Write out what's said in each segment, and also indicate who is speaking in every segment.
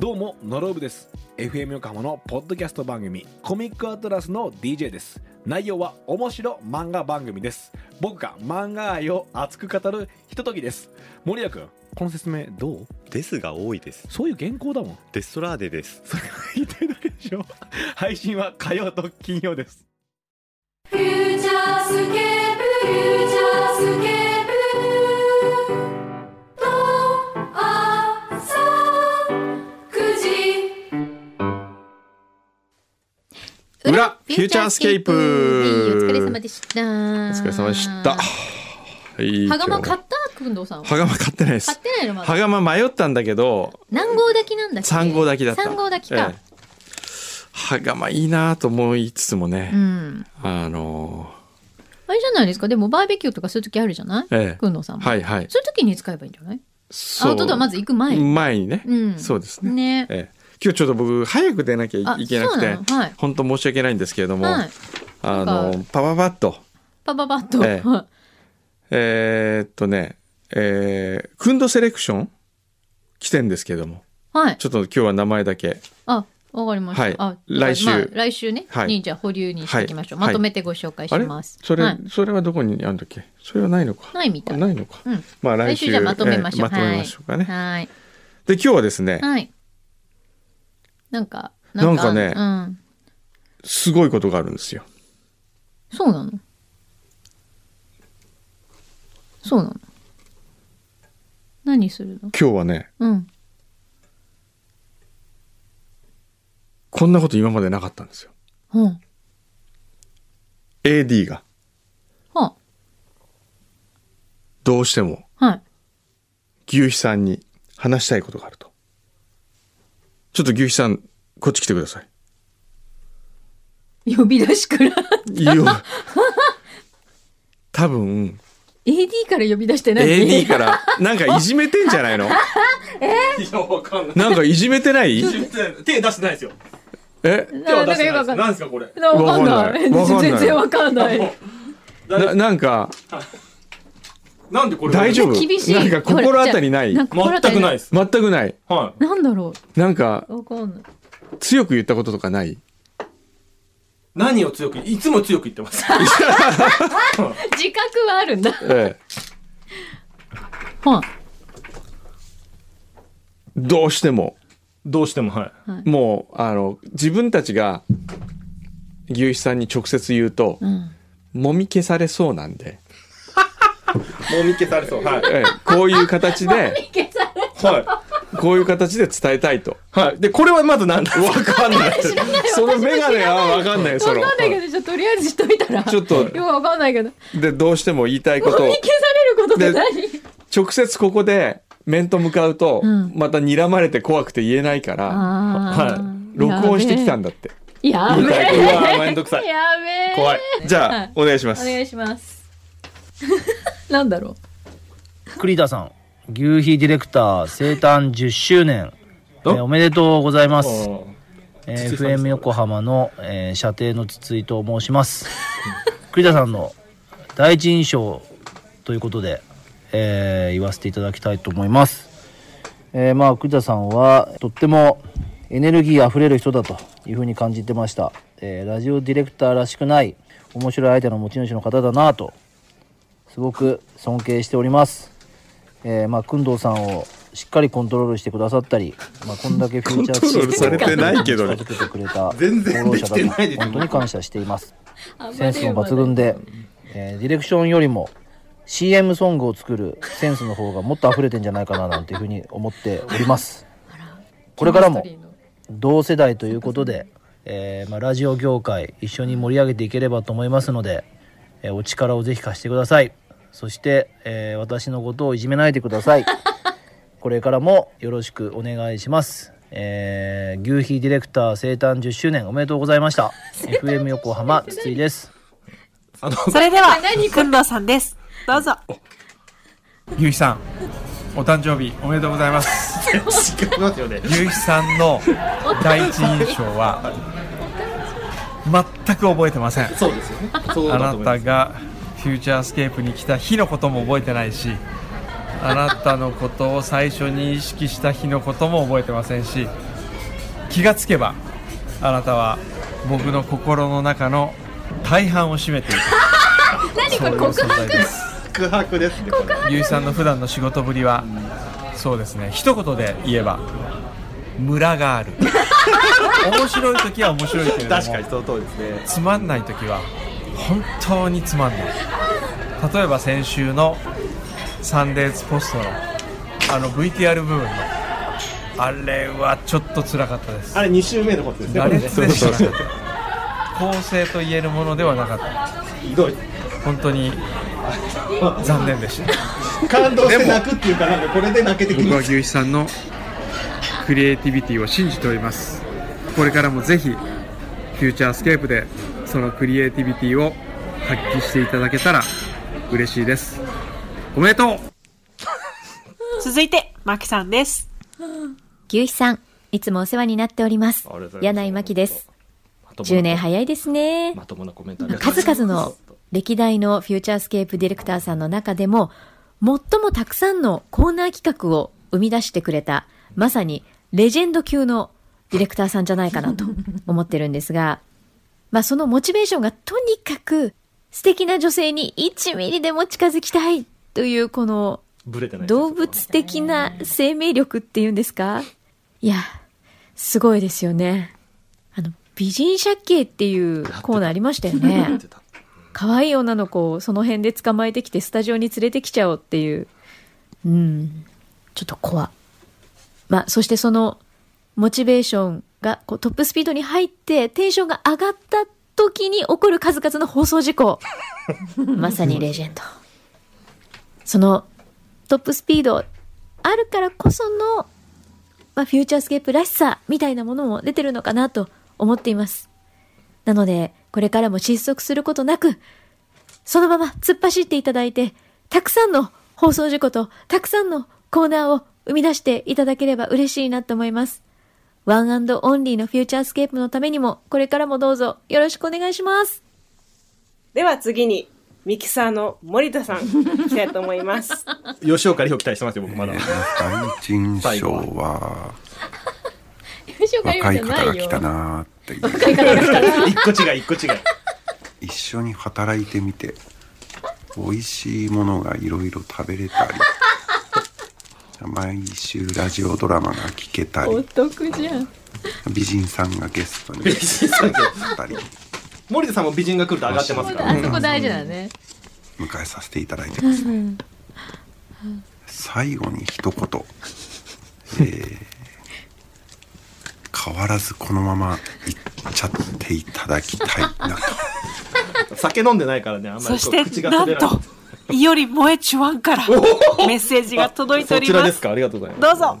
Speaker 1: どうもノロブです FM 横浜のポッドキャスト番組コミックアトラスの DJ です内容は面白漫画番組です僕が漫画愛を熱く語るひとときです森谷君この説明どう
Speaker 2: ですが多いです。
Speaker 1: そういう原稿だもん
Speaker 2: デストラーデです。
Speaker 1: それが言ってるだけでしょ配信は火曜と金曜です
Speaker 3: 「フューチャースケープフューチャースケープル」「とあさ9時」
Speaker 4: 裏フューチャースケープ
Speaker 5: はいお疲れ様でした
Speaker 4: お
Speaker 5: お
Speaker 4: 疲れ様でした。はい。
Speaker 5: 羽釜
Speaker 4: 今
Speaker 5: 買ったくんどうさん
Speaker 4: 日
Speaker 5: は
Speaker 4: も羽釜買ってないで
Speaker 5: 買っ
Speaker 4: す。
Speaker 5: てないのま
Speaker 4: 羽
Speaker 5: だ
Speaker 4: 釜迷ったんだけど、
Speaker 5: 何号炊きなんだっけ
Speaker 4: 三号炊きだった。
Speaker 5: 三号炊きか
Speaker 4: え、え。羽釜いいなと思いつつも
Speaker 5: う
Speaker 4: ね、
Speaker 5: ん
Speaker 4: あの
Speaker 5: あれじゃないですかでもバーベキューとかそういう時あるじゃない
Speaker 4: ええ
Speaker 5: くんどうさん
Speaker 4: ー
Speaker 5: も、
Speaker 4: はいはい。
Speaker 5: そういう時に使えばいいんじゃない
Speaker 4: そ
Speaker 5: アウトドアまず行く前に
Speaker 4: 前にね。
Speaker 5: うん
Speaker 4: そうですね。
Speaker 5: ね
Speaker 4: ええ今日ちょっと僕早く出なきゃいけなくて
Speaker 5: あそうな、のはい
Speaker 4: 本当申し訳ないんですけれども、
Speaker 5: はい
Speaker 4: あ
Speaker 5: な
Speaker 4: のパパパッと
Speaker 5: パパパッと、
Speaker 4: えええーっとね、えー、クンドセレクション来てんですけれども、
Speaker 5: はい
Speaker 4: ちょっと今日は名前だけ
Speaker 5: あわかりました、
Speaker 4: はい
Speaker 5: あ
Speaker 4: 来週
Speaker 5: まあ来週ね、
Speaker 4: はい
Speaker 5: にじゃあ保留にしていきましょう、
Speaker 4: はい
Speaker 5: まとめてご紹介し
Speaker 4: あれ
Speaker 5: ます
Speaker 4: それ、
Speaker 5: はい、
Speaker 4: それはどこにあるんだっけそれはないのか。
Speaker 5: ないみたい
Speaker 4: ないのか。
Speaker 5: うん
Speaker 4: まあ
Speaker 5: 来
Speaker 4: 来
Speaker 5: 週
Speaker 4: 週
Speaker 5: じゃあまとめましょう
Speaker 4: ええまとめましょうかね。
Speaker 5: はい
Speaker 4: で今日はですね、
Speaker 5: はい。なんか、
Speaker 4: なんかね
Speaker 5: うん。
Speaker 4: すごいことがあるんですよ。
Speaker 5: そうなの。そうなの。何するの
Speaker 4: 今日はね、
Speaker 5: うん。
Speaker 4: こんなこと今までなかったんですよ。
Speaker 5: うん。
Speaker 4: AD が
Speaker 5: は
Speaker 4: どうしても
Speaker 5: あ、はい。
Speaker 4: 牛肥さんに話したいことがあると。ちょっと牛肥さんこっち来てください。
Speaker 5: 呼び出しから
Speaker 4: いいよ。多分
Speaker 5: AD から呼び出してない
Speaker 4: AD からなんかいじめてんじゃないの
Speaker 2: いや、わかんない。
Speaker 4: なんかいじめてない
Speaker 2: 手出してないですよ。
Speaker 4: え
Speaker 5: ななんかよくわかんない。
Speaker 2: んですか、これ。
Speaker 5: わかんな
Speaker 4: わか
Speaker 5: い。
Speaker 4: んない
Speaker 5: 全然わかんない。
Speaker 4: ななんか
Speaker 2: なんでこ
Speaker 4: 大丈夫
Speaker 5: 厳しい。
Speaker 4: なんか心当たりない
Speaker 5: ほらじゃあんか心当たり
Speaker 2: す。
Speaker 4: 全くない
Speaker 2: は
Speaker 5: なんだろ
Speaker 4: なんか
Speaker 5: う。わかんない。
Speaker 4: 強く言ったこととかない
Speaker 2: い。何を強く、いつも強く言っ てます。
Speaker 5: 自覚はあるんだ。
Speaker 4: ええ
Speaker 5: は
Speaker 4: どうしても
Speaker 2: どうしても、はい。
Speaker 4: もうあの自分たちが牛肥さんに直接言うと
Speaker 5: あ。うん。
Speaker 4: もみ消されそうなんで、
Speaker 2: もう見消されそう。はい。
Speaker 4: ええこういう形 で
Speaker 5: 消され
Speaker 2: は
Speaker 4: こういう形で伝えたいと
Speaker 2: い。はい。で、これはまず何だ
Speaker 4: わかん ないその眼鏡はわかんないそ
Speaker 5: わ
Speaker 4: の
Speaker 5: かんないけど、じゃあとりあえずしといたら。
Speaker 4: ちょっと
Speaker 5: よくわかんないけど。
Speaker 4: でどうしても言いたい
Speaker 5: も
Speaker 4: ことを
Speaker 5: み消されることって何
Speaker 4: 直接ここで面と向かうと、
Speaker 5: うん
Speaker 4: また睨まれて怖くて言えないから
Speaker 5: あー
Speaker 4: 録音してきたんだって
Speaker 5: やべえ。
Speaker 2: うわめんどくさい。
Speaker 5: やべえ。
Speaker 2: 怖い。
Speaker 4: じゃあ、
Speaker 5: はい
Speaker 4: お願いしま
Speaker 5: お
Speaker 4: す
Speaker 5: 願いします。 なんだろう。
Speaker 6: 栗田さん牛皮ディレクター生誕10周年えーおめでとうございます、えー FM 横浜の、えー射程の筒井と申します栗田さんの第一印象ということで、えー言わせていただきたいと思います、えーまあ栗田さんはとってもエネルギーあふれる人だというふうに感じてました、えーラジオディレクターらしくない面白いアイデアの持ち主の方だなとすごく尊敬しております。えー、まあ、工藤さんをしっかりコントロールしてくださったり、まあ、こんだけフューチャーシー
Speaker 4: コントロールされてないけどね
Speaker 6: 近づけてくれた
Speaker 2: 全然できてないです
Speaker 6: 本当に感謝しています。
Speaker 5: あ
Speaker 6: センスも抜群で、えーディレクションよりも CM ソングを作るセンスの方がもっと溢れてんじゃないかななんていうふうに思っております。これからも同世代ということで、えーまあ、ラジオ業界一緒に盛り上げていければと思いますので、えーお力をぜひ貸してくださいそして、えー私のことをいじめないでください これからもよろしくお願いします、えー、牛皮ディレクター生誕10周年おめでとうございました FM 横浜筒井です
Speaker 7: それでは、くんどうさんです。どうぞ。
Speaker 8: ゆうひさん、お誕生日おめでとうございます。
Speaker 2: 違いますよね。
Speaker 8: ゆうひさんの第一印象は、全く覚えてません。
Speaker 2: そうですよね。そう
Speaker 8: あ
Speaker 2: だと
Speaker 8: な
Speaker 2: 思いま
Speaker 8: た
Speaker 2: す。
Speaker 8: がフューチャースケープに来た日のことも覚えてないし、あなたのことを最初に意識した日のことも覚えてませんし、
Speaker 4: 気がつけばあなたは僕の心の中の大半を占めている
Speaker 5: 何これ
Speaker 4: そういう
Speaker 5: 告
Speaker 4: 存在
Speaker 5: 白
Speaker 4: です
Speaker 1: 空白ですねこれ
Speaker 4: ゆいさんの普段の仕事ぶりはそうですね一言で言えばムラがあ る面白い時は面白いけれども
Speaker 1: 確かにその通りですね
Speaker 4: つまんない時は本当につまんない例えば先週の「サンデーズポストの」あの VTR 部分のあれはちょっと辛かったです
Speaker 1: あれ2週目のことですね
Speaker 4: あれで
Speaker 1: そうそうそう
Speaker 4: 構成と言えるものではなかった
Speaker 1: どう
Speaker 4: 本当に残念でした
Speaker 1: 感動して泣くっていうかなんかこれで泣けてく
Speaker 4: 僕は
Speaker 1: る
Speaker 4: 牛一さんのクリエイティビティを信じておりますこれからもぜひフューチャースケープでそのクリエイティビティを発揮していただけたら嬉しいですおめでとう
Speaker 7: 続いて、マキさんです。
Speaker 9: 牛肥さん、いつもお世話になっております
Speaker 10: ありがとうございます。
Speaker 9: 柳井真紀です。
Speaker 10: まともな
Speaker 9: 10年早いですね。
Speaker 10: まともなコメントありがとうございます
Speaker 9: 数々の歴代のフューチャースケープディレクターさんの中でも、最もたくさんのコーナー企画を生み出してくれた、まさにレジェンド級のディレクターさんじゃないかな と思ってるんですが、まあそのモチベーションがとにかく素敵な女性に1ミリでも近づきたいというこの
Speaker 10: ブレてないです
Speaker 9: 動物的な生命力っていうんですかいや、すごいですよね。あの、美人借景っていうコーナーありましたよね。可愛い女の子をその辺で捕まえてきてスタジオに連れてきちゃおうっていう。うん。ちょっと怖。まあ、そしてその、モチベーションがこうトップスピードに入ってテンションが上がった時に起こる数々の放送 事故。まさにレジェンド。そのトップスピードあるからこその、まあ、フューチャースケープらしさみたいなものも出てるのかなと思っています。なので、これからも失速することなく、そのまま突っ走っていただいて、たくさんの放送事故と、たくさんのコーナーを生み出していただければ嬉しいなと思います。ワンオンリーのフューチャースケープのためにも、これからもどうぞよろしくお願いします。
Speaker 11: では次に、ミキサーの森田さん、行きたいと思います。
Speaker 10: 吉岡里帆期待してますよ、僕まだ。
Speaker 2: 第一印象は
Speaker 5: 吉岡
Speaker 2: 若い
Speaker 5: 里帆じ
Speaker 2: 方が
Speaker 5: ゃない
Speaker 2: 来
Speaker 5: よ
Speaker 2: たなーっていう
Speaker 10: 一個違い、一個違い。
Speaker 2: 一緒に働いてみて美味しいものがいろいろ食べれたり毎週ラジオドラマが聞けたり
Speaker 5: 得じゃん
Speaker 2: 美人さんがゲストに来たり
Speaker 10: 森田さんも美人が来ると上がってますから。
Speaker 5: あそこ大事だね
Speaker 2: 迎えさせていただいてますね最後に一言、えー変わらずこのまま行っちゃっていただきたいなと
Speaker 10: 酒飲んでないからね、あんま
Speaker 7: そ
Speaker 10: り
Speaker 7: し
Speaker 10: こう
Speaker 7: て
Speaker 10: 口、が
Speaker 7: な
Speaker 10: 滑
Speaker 7: ん
Speaker 10: らない
Speaker 7: と、いより萌えちゅわんからメッセージが届いてお
Speaker 10: そ
Speaker 7: り
Speaker 10: ちら
Speaker 7: ま。
Speaker 10: ですすかありがとうございます。
Speaker 7: どうぞ。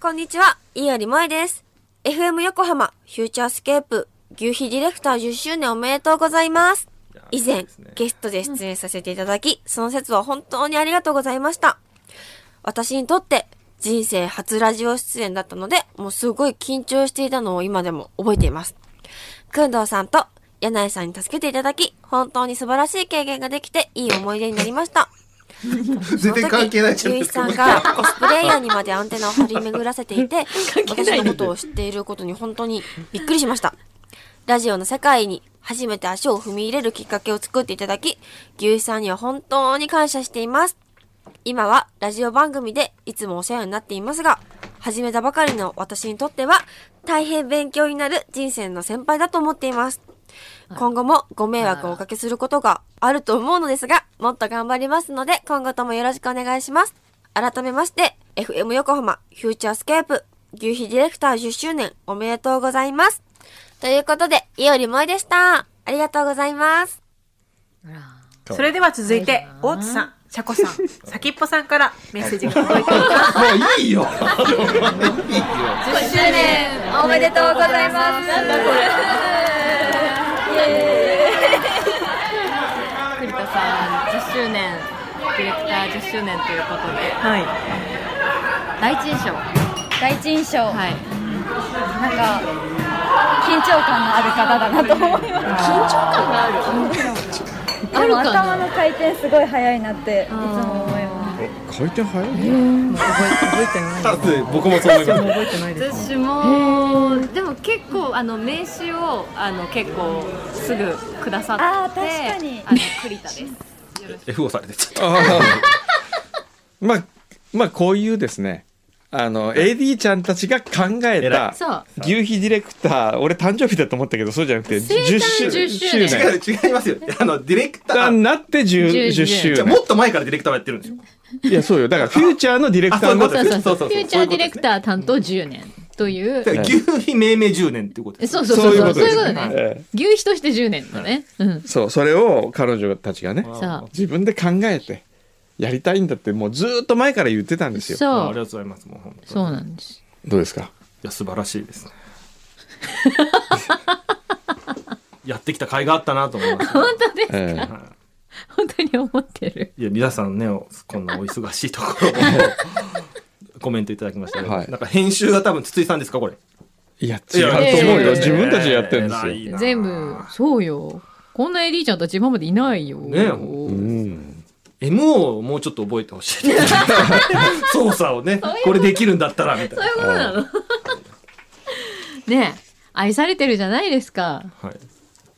Speaker 11: こんにちは、いよりもえです。FM 横浜、フューチャースケープ、牛皮ディレクター10周年おめでとうございます。以前、ゲストで出演させていただき、その説は本当にありがとうございました。私にとって、人生初ラジオ出演だったので、もうすごい緊張していたのを今でも覚えています。くんどうさんと、柳井さんに助けていただき、本当に素晴らしい経験ができて、いい思い出になりました。
Speaker 10: 全然関係ないじゃない
Speaker 11: ゆ
Speaker 10: で
Speaker 11: い
Speaker 10: すか
Speaker 11: さんがコスプレイヤーにまでアンテナを張り巡らせていて、私のことを知っていることに本当にびっくりしました。ラジオの世界に初めて足を踏み入れるきっかけを作っていただき、牛肥さんには本当に感謝しています。今はラジオ番組でいつもお世話になっていますが、始めたばかりの私にとっては大変勉強になる人生の先輩だと思っています。今後もご迷惑をおかけすることがあると思うのですが、もっと頑張りますので、今後ともよろしくお願いします。改めまして、FM 横浜フューチャースケープ牛皮ディレクター10周年おめでとうございます。ということで、いおりもえでした。ありがとうございます。
Speaker 7: それでは続いて、大津さん、シャコさん、先っぽさんからメッセージが届いております。
Speaker 10: もういいよ。
Speaker 5: 周年おめでとうございますなんだこれ栗田さん10周年ディレクター10周年ということで
Speaker 7: はい。
Speaker 5: 第一印象第一印象はいなんか緊張感のある方だなと思います緊張感があるあるかな
Speaker 9: の回転すごい早いなっていつも思います。
Speaker 4: 回転早いね
Speaker 5: 覚えてない
Speaker 4: だって僕もそう思います
Speaker 5: 覚えてないです
Speaker 12: 私もでも結構あの名刺をあの結構すぐくださってあ確かにあの栗田です
Speaker 4: 不をされてちゃったまあまあこういうですねあの AD ちゃんたちが考え
Speaker 12: 偉
Speaker 4: た
Speaker 12: いそう
Speaker 4: 牛皮ディレクター俺誕生日だと思ったけどそうじゃなくて
Speaker 12: 生誕
Speaker 4: 10
Speaker 12: 10
Speaker 4: 周
Speaker 12: 周
Speaker 4: 年
Speaker 12: 年
Speaker 4: 違いますよあのディレクターになって
Speaker 13: 10
Speaker 4: 10, 10周
Speaker 13: じゃ
Speaker 4: 年
Speaker 13: あもっと前からディレクターをやってるんですよ
Speaker 4: いやそうよだからフューチャーのディレクターの
Speaker 5: そうそうそうフューチャーディレクター担当10年という
Speaker 13: だから牛皮命名10年っていうこと
Speaker 5: えそうそうそうそうそういうことね、
Speaker 4: え
Speaker 5: 牛皮として10年だね、うん
Speaker 4: えそうそれを彼女たちがね
Speaker 5: そう
Speaker 4: 自分で考えてやりたいんだってもうずーっと前から言ってたんですよ
Speaker 5: そうああり
Speaker 4: がとうございますもう
Speaker 5: そうなんです
Speaker 4: どうですか
Speaker 13: いや素晴らしいですねやってきた甲斐があったなと思います
Speaker 5: 本当ですか、
Speaker 13: ええ
Speaker 5: 本当に思ってる
Speaker 13: いや皆さんねおこんなお忙しいところをコメントいただきましたけど、なんか編集が多分筒井さんですかこれ
Speaker 4: いや
Speaker 13: 違
Speaker 4: 違うと思うよ自分たちでやってるん
Speaker 13: 偉い
Speaker 4: で
Speaker 13: な
Speaker 5: 全部そうよこんな AD ちゃんたち今までいないよ、
Speaker 13: ねえ、MO をもうちょっと覚えてほしい操作をねこれできるんだったらみたいな
Speaker 5: そういうことなのねえ愛されてるじゃないですか
Speaker 13: はい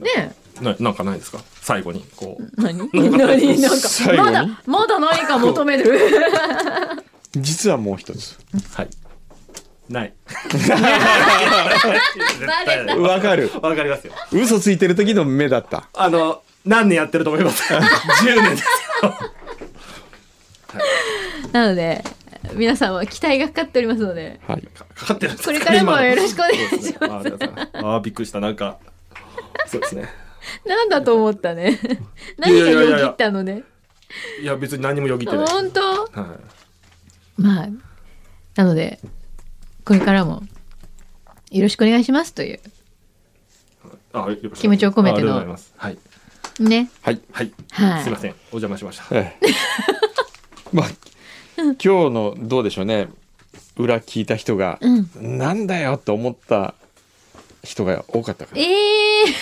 Speaker 5: ねえ
Speaker 13: ななんかないですか最後にこう
Speaker 5: 何
Speaker 13: なんか
Speaker 5: 何なん
Speaker 13: 最
Speaker 5: か
Speaker 13: 後
Speaker 5: ま
Speaker 13: に
Speaker 5: だまだ何か求める
Speaker 4: 実はもう一つ
Speaker 13: はい ない
Speaker 4: わかる
Speaker 13: わかりますよ
Speaker 4: 嘘ついてる時の目だった
Speaker 13: あの何年やってると思います10年です
Speaker 5: なので皆さんは期待がかかっております ので
Speaker 4: はい
Speaker 13: かかかってるんです
Speaker 5: これからもよろしくお願いしま
Speaker 13: す
Speaker 5: す
Speaker 13: ありがとうございますあーびっくりしたなんかそうですね
Speaker 5: なんだと思ったね
Speaker 13: い
Speaker 5: 何
Speaker 13: や
Speaker 5: が
Speaker 13: いやいや
Speaker 5: よぎったのね
Speaker 13: いや別に何もよぎってない
Speaker 5: 本当
Speaker 13: はい
Speaker 5: まあなのでこれからもよろしくお願いしますという
Speaker 13: あよろしくお願いします
Speaker 5: 気持ちを込めての
Speaker 13: あありがとうございますはい
Speaker 5: ね
Speaker 4: はい
Speaker 13: はい
Speaker 5: はい
Speaker 13: すいませんお邪魔しました
Speaker 4: え えまあ今日のどうでしょうね裏聞いた人が、
Speaker 5: うん
Speaker 4: なんだよと思った人が多かったから
Speaker 5: ええ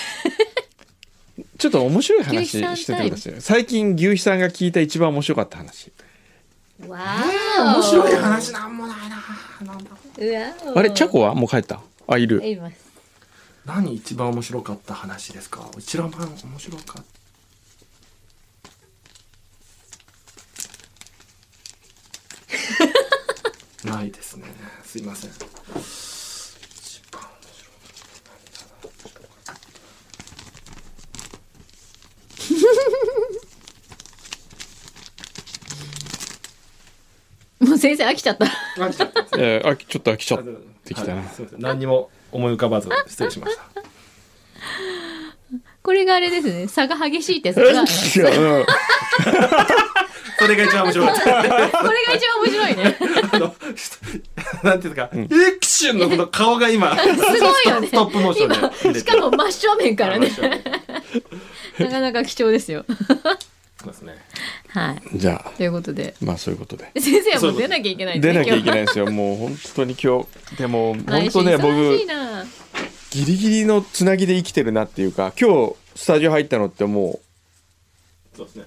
Speaker 4: ちょっと面白い
Speaker 5: 牛
Speaker 4: 話
Speaker 5: 肥さん
Speaker 4: しててください最近牛肥さんが聞いた一番面白かった話
Speaker 5: わ
Speaker 3: ー面白い話
Speaker 13: なんもないななんだ
Speaker 5: う
Speaker 4: あれチャコはもう帰ったあいる
Speaker 5: います
Speaker 13: 何一番面白かった話ですか一番面白かったないですねすいません一番面白か
Speaker 5: もう先生飽きちゃった
Speaker 4: えーあちょっと飽きちゃってきたな、
Speaker 13: った何にも思い浮かばず失礼しました
Speaker 5: これがあれですね差が激しいってやつ が
Speaker 4: いやうん
Speaker 13: それが一番面白か った
Speaker 5: これが一番面白いね
Speaker 13: なんていうか、エクションのこの顔が 今、
Speaker 5: すごいよね
Speaker 13: ストップモーションで入れて。
Speaker 5: しかも真正面からね
Speaker 13: 真正面
Speaker 5: なかなか貴重ですよ
Speaker 13: そうですね。
Speaker 5: はい
Speaker 4: じゃあ
Speaker 5: ということで
Speaker 4: まあそういうことで
Speaker 5: 先生はもう出なきゃいけないん
Speaker 4: 出
Speaker 5: です
Speaker 4: なきゃ
Speaker 5: ね
Speaker 4: いけないん
Speaker 5: 今
Speaker 4: ですよもう本当に今日でも
Speaker 5: 日は
Speaker 4: 本当ね
Speaker 5: 毎週忙
Speaker 4: 僕
Speaker 5: しいな
Speaker 4: ギリギリのつなぎで生きてるなっていうか今日スタジオ入ったのっても
Speaker 13: そうですね。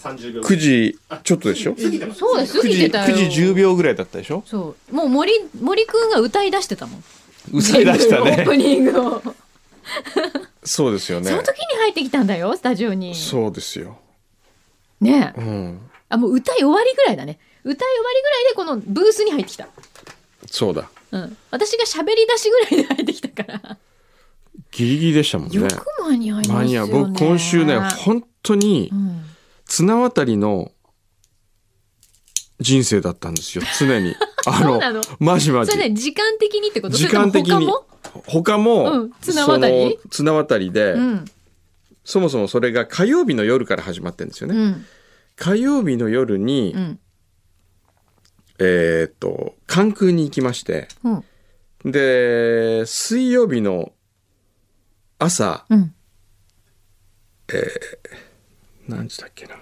Speaker 13: 30
Speaker 4: う
Speaker 13: 秒。
Speaker 4: 9時ちょっとでしょ
Speaker 13: 過ぎてます
Speaker 5: そうです過ぎてたよ
Speaker 4: 9時10秒ぐらいだったでしょ
Speaker 5: そうもう森森くんが歌い出してたもん
Speaker 4: 歌い出した
Speaker 5: オープ
Speaker 4: ね
Speaker 5: ニングを
Speaker 4: そうですよね
Speaker 5: その時に入ってきたんだよスタジオに
Speaker 4: そうですよ
Speaker 5: ねえ
Speaker 4: うん
Speaker 5: あもう歌い終わりぐらいだね歌い終わりぐらいでこのブースに入ってきた、
Speaker 4: そうだ
Speaker 5: うん、私が喋り出しぐらいで入ってきた
Speaker 4: ギリギリでしたもんね
Speaker 5: 間に合い
Speaker 4: 間
Speaker 5: ます
Speaker 4: に合
Speaker 5: よ
Speaker 4: う
Speaker 5: ね
Speaker 4: 僕今週ね本当に
Speaker 5: ん
Speaker 4: 綱渡りの人生だったんですよ常 にあ
Speaker 5: そう
Speaker 4: の
Speaker 5: なの
Speaker 4: マジマジ
Speaker 5: それね時間的にってこと
Speaker 4: 時間的
Speaker 5: それ
Speaker 4: に
Speaker 5: とも
Speaker 4: 他も,、
Speaker 5: うん綱渡り
Speaker 4: その綱渡りで、
Speaker 5: 他もうん
Speaker 4: そもそもそれが火曜日の夜から始まってるんですよね、
Speaker 5: うん
Speaker 4: 火曜日の夜に、
Speaker 5: うん
Speaker 4: えーっと関空に行きまして
Speaker 5: うん
Speaker 4: で水曜日の朝、
Speaker 5: うん
Speaker 4: えー何時だっけな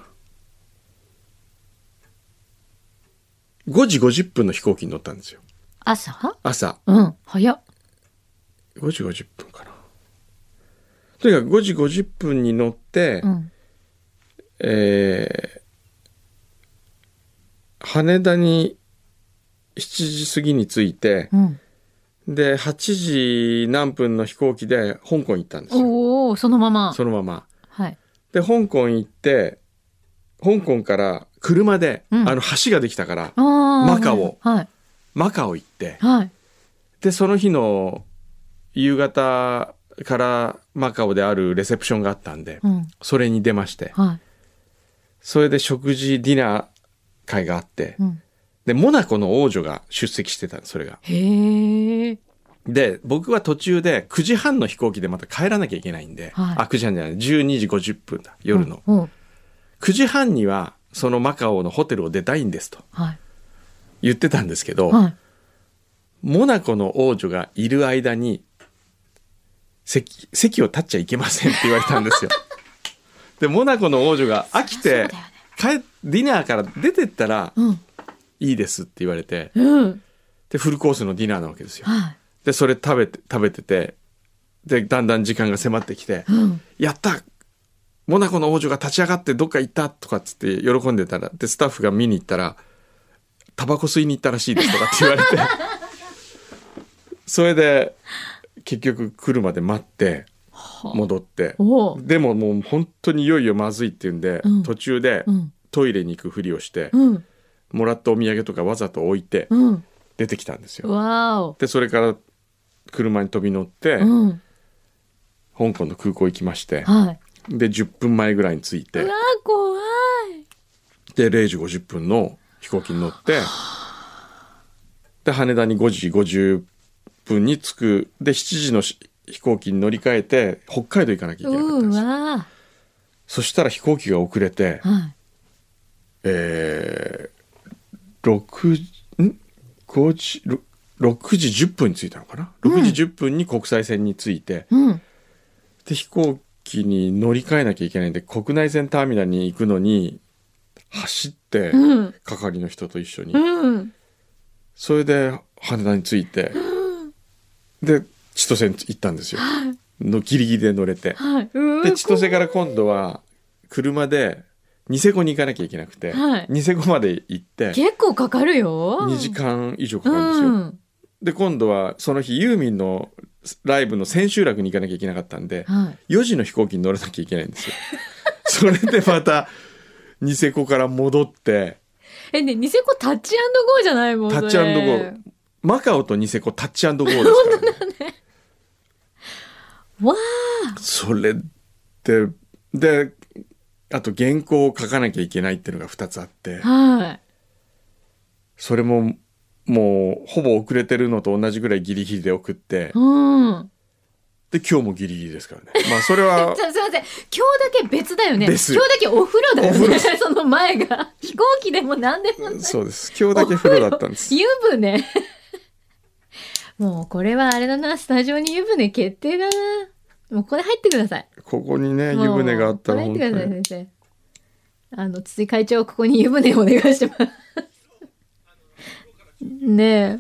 Speaker 4: 5時50分の飛行機に乗ったんですよ
Speaker 5: 朝
Speaker 4: 朝
Speaker 5: うん早っ
Speaker 4: 5時50分かなとにかく5時50分に乗って、
Speaker 5: うん
Speaker 4: えー羽田に7時過ぎに着いて、
Speaker 5: うん
Speaker 4: で8時何分の飛行機で香港行ったんですよ
Speaker 5: おおそのまま
Speaker 4: そのまま
Speaker 5: はい
Speaker 4: で香港行って香港から車で、
Speaker 5: うん
Speaker 4: あの橋ができたから
Speaker 5: あー
Speaker 4: マカオ
Speaker 5: はい
Speaker 4: マカオ行って
Speaker 5: はい
Speaker 4: でその日の夕方からマカオであるレセプションがあったんで、
Speaker 5: うん
Speaker 4: それに出まして
Speaker 5: はい
Speaker 4: それで食事ディナー会があって、
Speaker 5: うん
Speaker 4: でモナコの王女が出席してたのそれが
Speaker 5: へえ
Speaker 4: で僕は途中で9時半の飛行機でまた帰らなきゃいけないんで、
Speaker 5: はい
Speaker 4: あ9時半じゃない12時50分だ夜の、
Speaker 5: うん
Speaker 4: 9時半にはそのマカオのホテルを出たいんですと
Speaker 5: はい
Speaker 4: 言ってたんですけど、
Speaker 5: はい
Speaker 4: モナコの王女がいる間に席席を立っちゃいけませんって言われたんですよ。でモナコの王女が飽きて、帰ディナーから出てったら、
Speaker 5: うん
Speaker 4: いいですって言われて
Speaker 5: うん
Speaker 4: でフルコースのディナーなわけですよ。
Speaker 5: は
Speaker 4: でそれ食べて食べててでだんだん時間が迫ってきて
Speaker 5: いうん
Speaker 4: 「やったモナコの王女が立ち上がってどっか行った」とかっつって喜んでたらでスタッフが見に行ったら「タバコ吸いに行ったらしいです」とかって言われてそれで結局来るまで待って戻って
Speaker 5: お
Speaker 4: でももう本当にいよいよまずいっていうんで、
Speaker 5: うん
Speaker 4: 途中で
Speaker 5: うん
Speaker 4: トイレに行くふりをして、
Speaker 5: うん
Speaker 4: もらったお土産とかわざと置いて
Speaker 5: うん
Speaker 4: 出てきたんですよ。
Speaker 5: わお
Speaker 4: でそれから車に飛び乗って、
Speaker 5: うん
Speaker 4: 香港の空港行きまして、
Speaker 5: はい
Speaker 4: で10分前ぐらいに着いうて
Speaker 5: わー怖い
Speaker 4: で0時50分の飛行機に乗ってで羽田に5時50分に着くで7時のし飛行機に乗り換えて北海道行かなきゃいけないう
Speaker 5: わ
Speaker 4: そしたら飛行機が遅れて
Speaker 5: ーはい
Speaker 4: えー、6時ん5時ろ6時10分に着いたのかな6時10分に国際線に着いて、
Speaker 5: うん
Speaker 4: で飛行機に乗り換えなきゃいけないんで国内線ターミナルに行くのに走って
Speaker 5: うん
Speaker 4: 係の人と一緒に、
Speaker 5: うん
Speaker 4: それで羽田に着いて、で千歳に行ったんですよ
Speaker 5: はい
Speaker 4: のギリギリで乗れて、
Speaker 5: はいうん
Speaker 4: で千歳から今度は車でニセコに行かなきゃいけなくて、
Speaker 5: はい
Speaker 4: ニセコまで行って
Speaker 5: 結構かかるよ
Speaker 4: 2時間以上か
Speaker 5: う
Speaker 4: かるんですよ、
Speaker 5: ん
Speaker 4: で今度はその日ユーミンのライブの千秋楽に行かなきゃいけなかったんで、
Speaker 5: は
Speaker 4: 4時の飛行機に乗らなきゃいけないんですよ。それでまたニセコから戻って
Speaker 5: えねニセコタッチゴーじゃないもん
Speaker 4: タ
Speaker 5: それ
Speaker 4: ッチゴーマカオとニセコタッチゴーですから、ね、
Speaker 5: わ
Speaker 4: それでであと原稿を書かなきゃいけないっていうのが2つあって
Speaker 5: ーはい
Speaker 4: それももうほぼ遅れてるのと同じぐらいギリギリで送って
Speaker 5: うん
Speaker 4: で今日もギリギリですからね。まあそれ は
Speaker 5: ちょすいません今日だけ別だよね
Speaker 4: です
Speaker 5: 今日だけお風呂だよ
Speaker 4: お風
Speaker 5: ね
Speaker 4: 呂
Speaker 5: その前が飛行機でも何でもない
Speaker 4: そうです今日だけ風呂だったんです。
Speaker 5: 湯船もうこれはあれだなスタジオに湯船決定だなもうこれ入ってください
Speaker 4: ここにね湯船があったら
Speaker 5: も
Speaker 4: 本
Speaker 5: うこ
Speaker 4: 当
Speaker 5: れ入ってくださ
Speaker 4: に
Speaker 5: い先生あの筒井会長ここに湯船お願いします ねえ、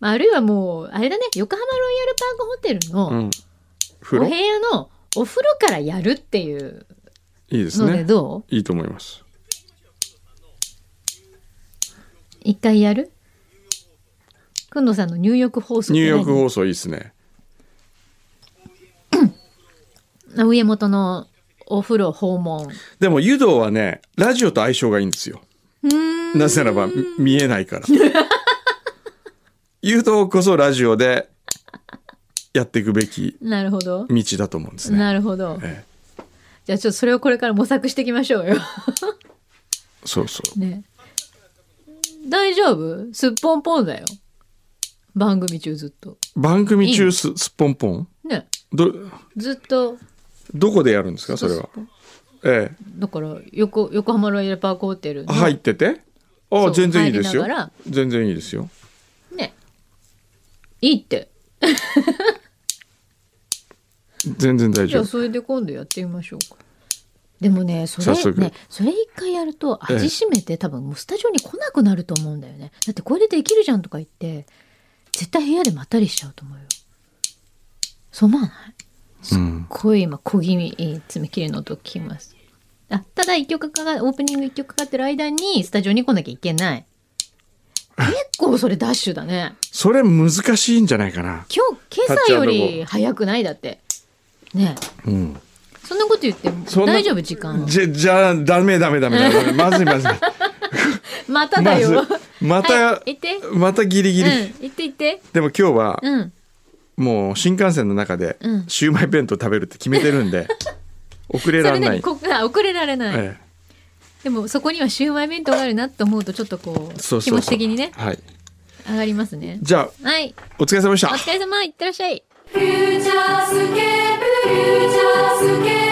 Speaker 5: まあ、あるいはもうあれだね横浜ロイヤルパークホテルの、
Speaker 4: うん風呂
Speaker 5: お部
Speaker 4: い
Speaker 5: 屋のお風呂からやるっていう
Speaker 4: いです
Speaker 5: の
Speaker 4: ね
Speaker 5: でど
Speaker 4: いいと思います
Speaker 5: 一回やるくんのさんの入浴放送
Speaker 4: 入浴放送いいですね
Speaker 5: あ上本のお風呂訪問
Speaker 4: でも湯道はねラジオと相性がいいんですよ
Speaker 5: うーん
Speaker 4: なぜならばみ見えないから湯道こそラジオでやっていくべき
Speaker 5: なるほど、
Speaker 4: 道だと思うんですね
Speaker 5: なるほど、
Speaker 4: え
Speaker 5: じゃあちょっとそれをこれから模索していきま しょうよ
Speaker 4: そうそう
Speaker 5: ね大丈夫すっぽんぽんだよ番組中ずっと
Speaker 4: 番組
Speaker 5: い
Speaker 4: 中
Speaker 5: い
Speaker 4: すすっぽんぽん
Speaker 5: ね
Speaker 4: ど
Speaker 5: ずっと
Speaker 4: どこでやるんですかそれはええ
Speaker 5: だから横横浜ロイヤルパークホテルの
Speaker 4: 入っててあ
Speaker 5: そ
Speaker 4: あ
Speaker 5: う
Speaker 4: 全然いいですよ
Speaker 5: 入りながら
Speaker 4: 全然いいですよ
Speaker 5: ねいいって
Speaker 4: 全然大
Speaker 5: じ
Speaker 4: 丈
Speaker 5: ゃあ
Speaker 4: 夫
Speaker 5: それで今度やってみましょうかでもねそ
Speaker 4: 早
Speaker 5: れ
Speaker 4: 速
Speaker 5: ねそれ一回やると
Speaker 4: ええ
Speaker 5: 味しめて、多分もうスタジオに来なくなると思うんだよねだってこれでできるじゃんとか言って絶対部屋でまったりしちゃうと思うよそう思わない
Speaker 4: うん
Speaker 5: こういう今小気味いい爪切りの音聞きますあただ一曲かかオープニング一曲かかってる間にスタジオに来なきゃいけない構それダッシュだね。
Speaker 4: それ難しいんじゃないかな。
Speaker 5: 今日、今朝より早くないだって。ね
Speaker 4: うん。
Speaker 5: えそんなこと言っても
Speaker 4: そんな
Speaker 5: 大丈夫時間。
Speaker 4: じゃ、じゃあ、ダメダメダメダメ。まずいまずい。
Speaker 5: まただよ。
Speaker 4: まずまた
Speaker 5: はい行って。
Speaker 4: またギリギリ。
Speaker 5: うん、行って行って。
Speaker 4: でも今日は、
Speaker 5: うん。
Speaker 4: もう新幹線の中で
Speaker 5: うん、
Speaker 4: シューマイ弁当食べるって決めてるんで、 遅れ
Speaker 5: そ
Speaker 4: られ
Speaker 5: れ
Speaker 4: な
Speaker 5: 何
Speaker 4: い。
Speaker 5: こあ遅れられない、
Speaker 4: え
Speaker 5: でもそこにはシウマイ弁当があるなと思うとちょっとこう
Speaker 4: えそうそうそう
Speaker 5: 気持ち的にね
Speaker 4: はい。
Speaker 5: 上がりますね
Speaker 4: じゃあ、
Speaker 5: はい
Speaker 4: お疲れ様でした
Speaker 5: お。疲れ様いってらっしゃい
Speaker 3: フューチャースケープフューチャースケー